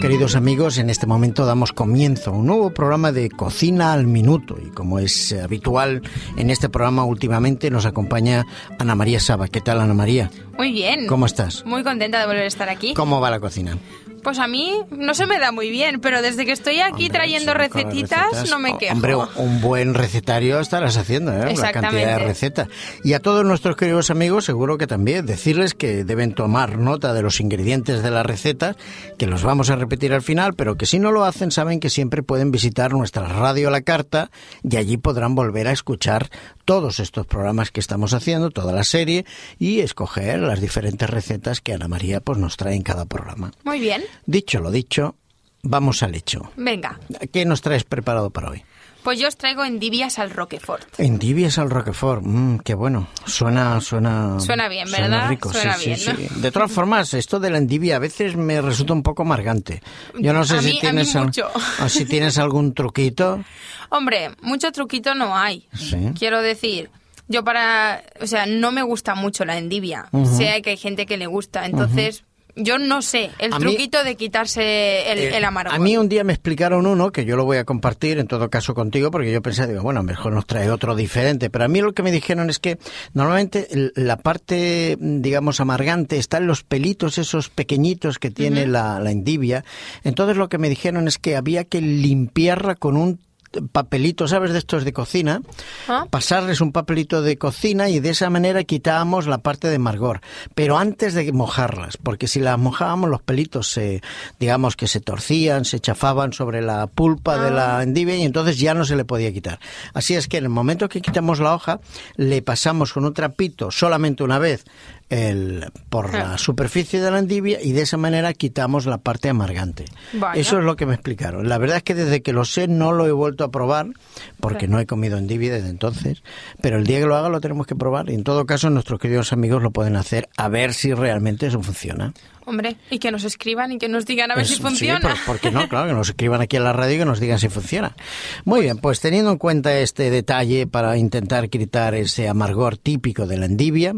queridos amigos, en este momento damos comienzo a un nuevo programa de Cocina al Minuto y como es eh, habitual en este programa últimamente nos acompaña Ana María Saba. ¿Qué tal Ana María? Muy bien. ¿Cómo estás? Muy contenta de volver a estar aquí. ¿Cómo va la cocina? Pues a mí no se me da muy bien, pero desde que estoy aquí Hombre, trayendo sí, con las recetitas, recetas, no me oh, quejo. Hombre, un buen recetario estarás haciendo, ¿eh? Una cantidad de Exactamente. recetas. Y a todos nuestros queridos amigos, seguro que también decirles que deben tomar nota de los ingredientes de las recetas, que los vamos a repetir al final, pero que si no lo hacen, saben que siempre pueden visitar nuestra radio a la carta y allí podrán volver a escuchar todos estos programas que estamos haciendo, toda la serie, y escoger las diferentes recetas que Ana María pues, nos trae en cada programa. Muy bien. Dicho lo dicho, vamos al hecho. Venga, ¿Qué nos traes preparado para hoy? pues yo os traigo endivias al Roquefort. Endivias al Roquefort. Mm, qué bueno. Suena, suena. Suena bien, ¿verdad? rico, sí, Suena sí, bien, ¿no? sí. De todas formas, esto de la endivia a veces me resulta un poco amargante. Yo no sé A si mí- a mí tienes al- mucho. o si tienes algún truquito. Hombre, mucho truquito no hay. Sí. Quiero decir, yo para... O sea, no me gusta mucho la endivia. Sé que hay gente que le gusta, entonces... Yo no sé el A mí- truquito de quitarse el, Eh, el amargo. A mí un día me explicaron uno, que yo lo voy a compartir en todo caso contigo, porque yo pensé, digo, bueno, mejor nos trae otro diferente. Pero a mí lo que me dijeron es que normalmente el- la parte, digamos, amargante está en los pelitos esos pequeñitos que tiene la, la endivia. Entonces lo que me dijeron es que había que limpiarla con un papelito, ¿sabes? De estos de cocina, ¿Ah? pasarles un papelito de cocina y de esa manera quitábamos la parte de amargor, pero antes de mojarlas, porque si las mojábamos los pelitos se, digamos que se torcían, se chafaban sobre la pulpa de la endivia y entonces ya no se le podía quitar. Así es que en el momento que quitamos la hoja, le pasamos con un trapito solamente una vez el, por la Ah. superficie de la endivia y de esa manera quitamos la parte amargante. Vaya. Eso es lo que me explicaron. La verdad es que desde que lo sé no lo he vuelto a probar porque no he comido endivia desde entonces, pero el día que lo haga lo tenemos que probar y en todo caso nuestros queridos amigos lo pueden hacer a ver si realmente eso funciona. Hombre, y que nos escriban y que nos digan a ver Pues, si sí, funciona. por- porque no, claro, que nos escriban aquí en la radio y que nos digan si funciona. Muy bien, pues teniendo en cuenta este detalle para intentar quitar ese amargor típico de la endivia,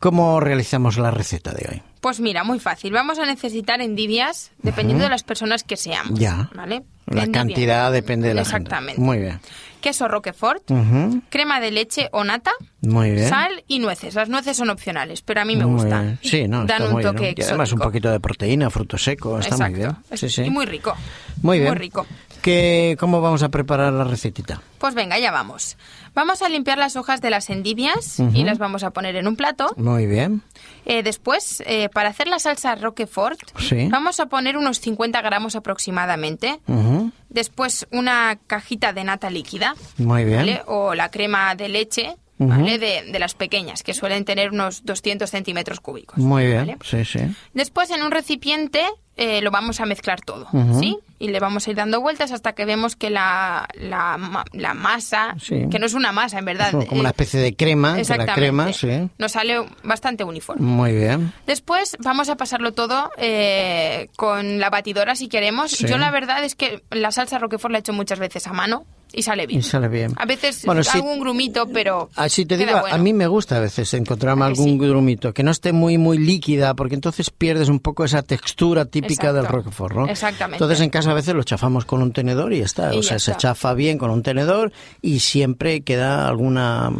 ¿cómo realizamos la receta de hoy? Pues mira, muy fácil. Vamos a necesitar endivias dependiendo de las personas que seamos. Ya. ¿Vale? La Endivia. cantidad depende de la gente. Exactamente. Muy bien. Queso Roquefort, Ujú, crema de leche o nata, Muy bien. sal y nueces. Las nueces son opcionales, pero a mí me Muy bien. gustan. Sí, no, Dan está un muy bien, toque ¿no? Y además un exótico. poquito de proteína, fruto seco, está muy bien. Exacto. Sí, sí. Y muy rico. Muy bien. Muy rico. ¿Qué- ¿Cómo vamos a preparar la recetita? Pues venga, ya vamos. Vamos a limpiar las hojas de las endivias y las vamos a poner en un plato. Muy bien. Eh, después, eh, para hacer la salsa Roquefort, Sí. vamos a poner unos 50 gramos aproximadamente. Ujú, Después una cajita de nata líquida. Muy bien. ¿vale? O la crema de leche, ¿Eh? Ujú. ¿vale? De, de las pequeñas, que suelen tener unos 200 centímetros cúbicos. Muy bien. ¿vale? Sí, sí. Después en un recipiente eh, lo vamos a mezclar todo, Ujú. ¿sí? Y le vamos a ir dando vueltas hasta que vemos que la, la, ma- la masa, Sí. que no es una masa en verdad. Como una eh, especie de crema, de la exactamente, crema, sí. Nos sale bastante uniforme. Muy bien. Después vamos a pasarlo todo eh, con la batidora si queremos. Sí. Yo la verdad es que la salsa Roquefort la he hecho muchas veces a mano y sale bien. Y sale bien. A veces Bueno, sí. hago un grumito, pero Así te queda digo, bueno. a mí me gusta a veces encontrarme ¿A que algún sí? grumito que no esté muy muy líquida, porque entonces pierdes un poco esa textura típica Exacto. del roquefort, ¿no? Exactamente. Entonces en casa a veces lo chafamos con un tenedor y ya está, Y o ya sea, se está. chafa bien con un tenedor y siempre queda alguna mm,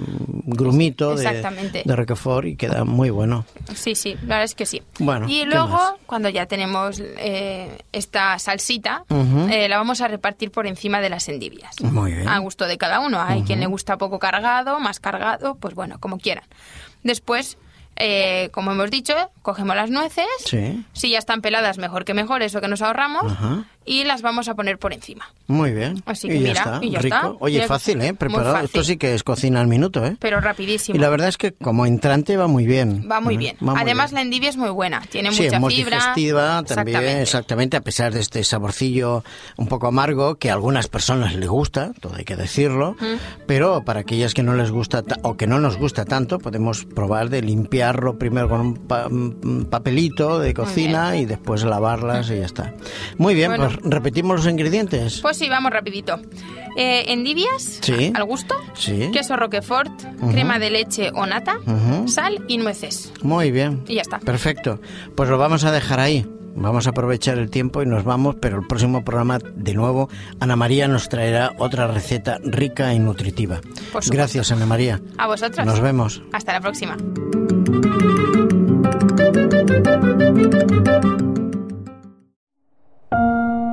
grumito de, Exactamente. de roquefort y queda muy bueno. Sí, sí, la verdad es que sí. Bueno, ¿qué y luego, más? cuando ya tenemos eh, esta salsita, Ujú. eh, la vamos a repartir por encima de las endivias. Muy bien. A gusto de cada uno. Hay quien le gusta poco cargado, más cargado, pues bueno, como quieran. Después, eh, como hemos dicho, cogemos las nueces. Sí. Si ya están peladas, mejor que mejor, eso que nos ahorramos. Ajá. Y las vamos a poner por encima. Muy bien. Así y que ya Pues mira, está, y ya rico. está. Oye, Mira, fácil, ¿eh? muy Preparado. fácil. Esto sí que es cocina al minuto, ¿eh? Pero rapidísimo. Y la verdad es que como entrante va muy bien. ¿Eh? Va muy bien. Va muy Además, bien. la endivia es muy buena. Tiene Sí, mucha es muy fibra. digestiva también, exactamente. Exactamente. a pesar de este saborcillo un poco amargo que a algunas personas les gusta, todo hay que decirlo, pero para aquellas que no les gusta ta- o que no nos gusta tanto, podemos probar de limpiarlo primero con un, pa- un papelito de cocina y después lavarlas y ya está. Muy bien, Bueno. pues repetimos los ingredientes. Pues sí, vamos rapidito. Eh, endivias, Sí. al gusto, Sí. queso roquefort, crema de leche o nata, Ujú. sal y nueces. Muy bien. Y ya está. Perfecto. Pues lo vamos a dejar ahí. Vamos a aprovechar el tiempo y nos vamos, pero el próximo programa, de nuevo, Ana María nos traerá otra receta rica y nutritiva. Por supuesto. Gracias, Ana María. A vosotros. Nos vemos. Hasta la próxima.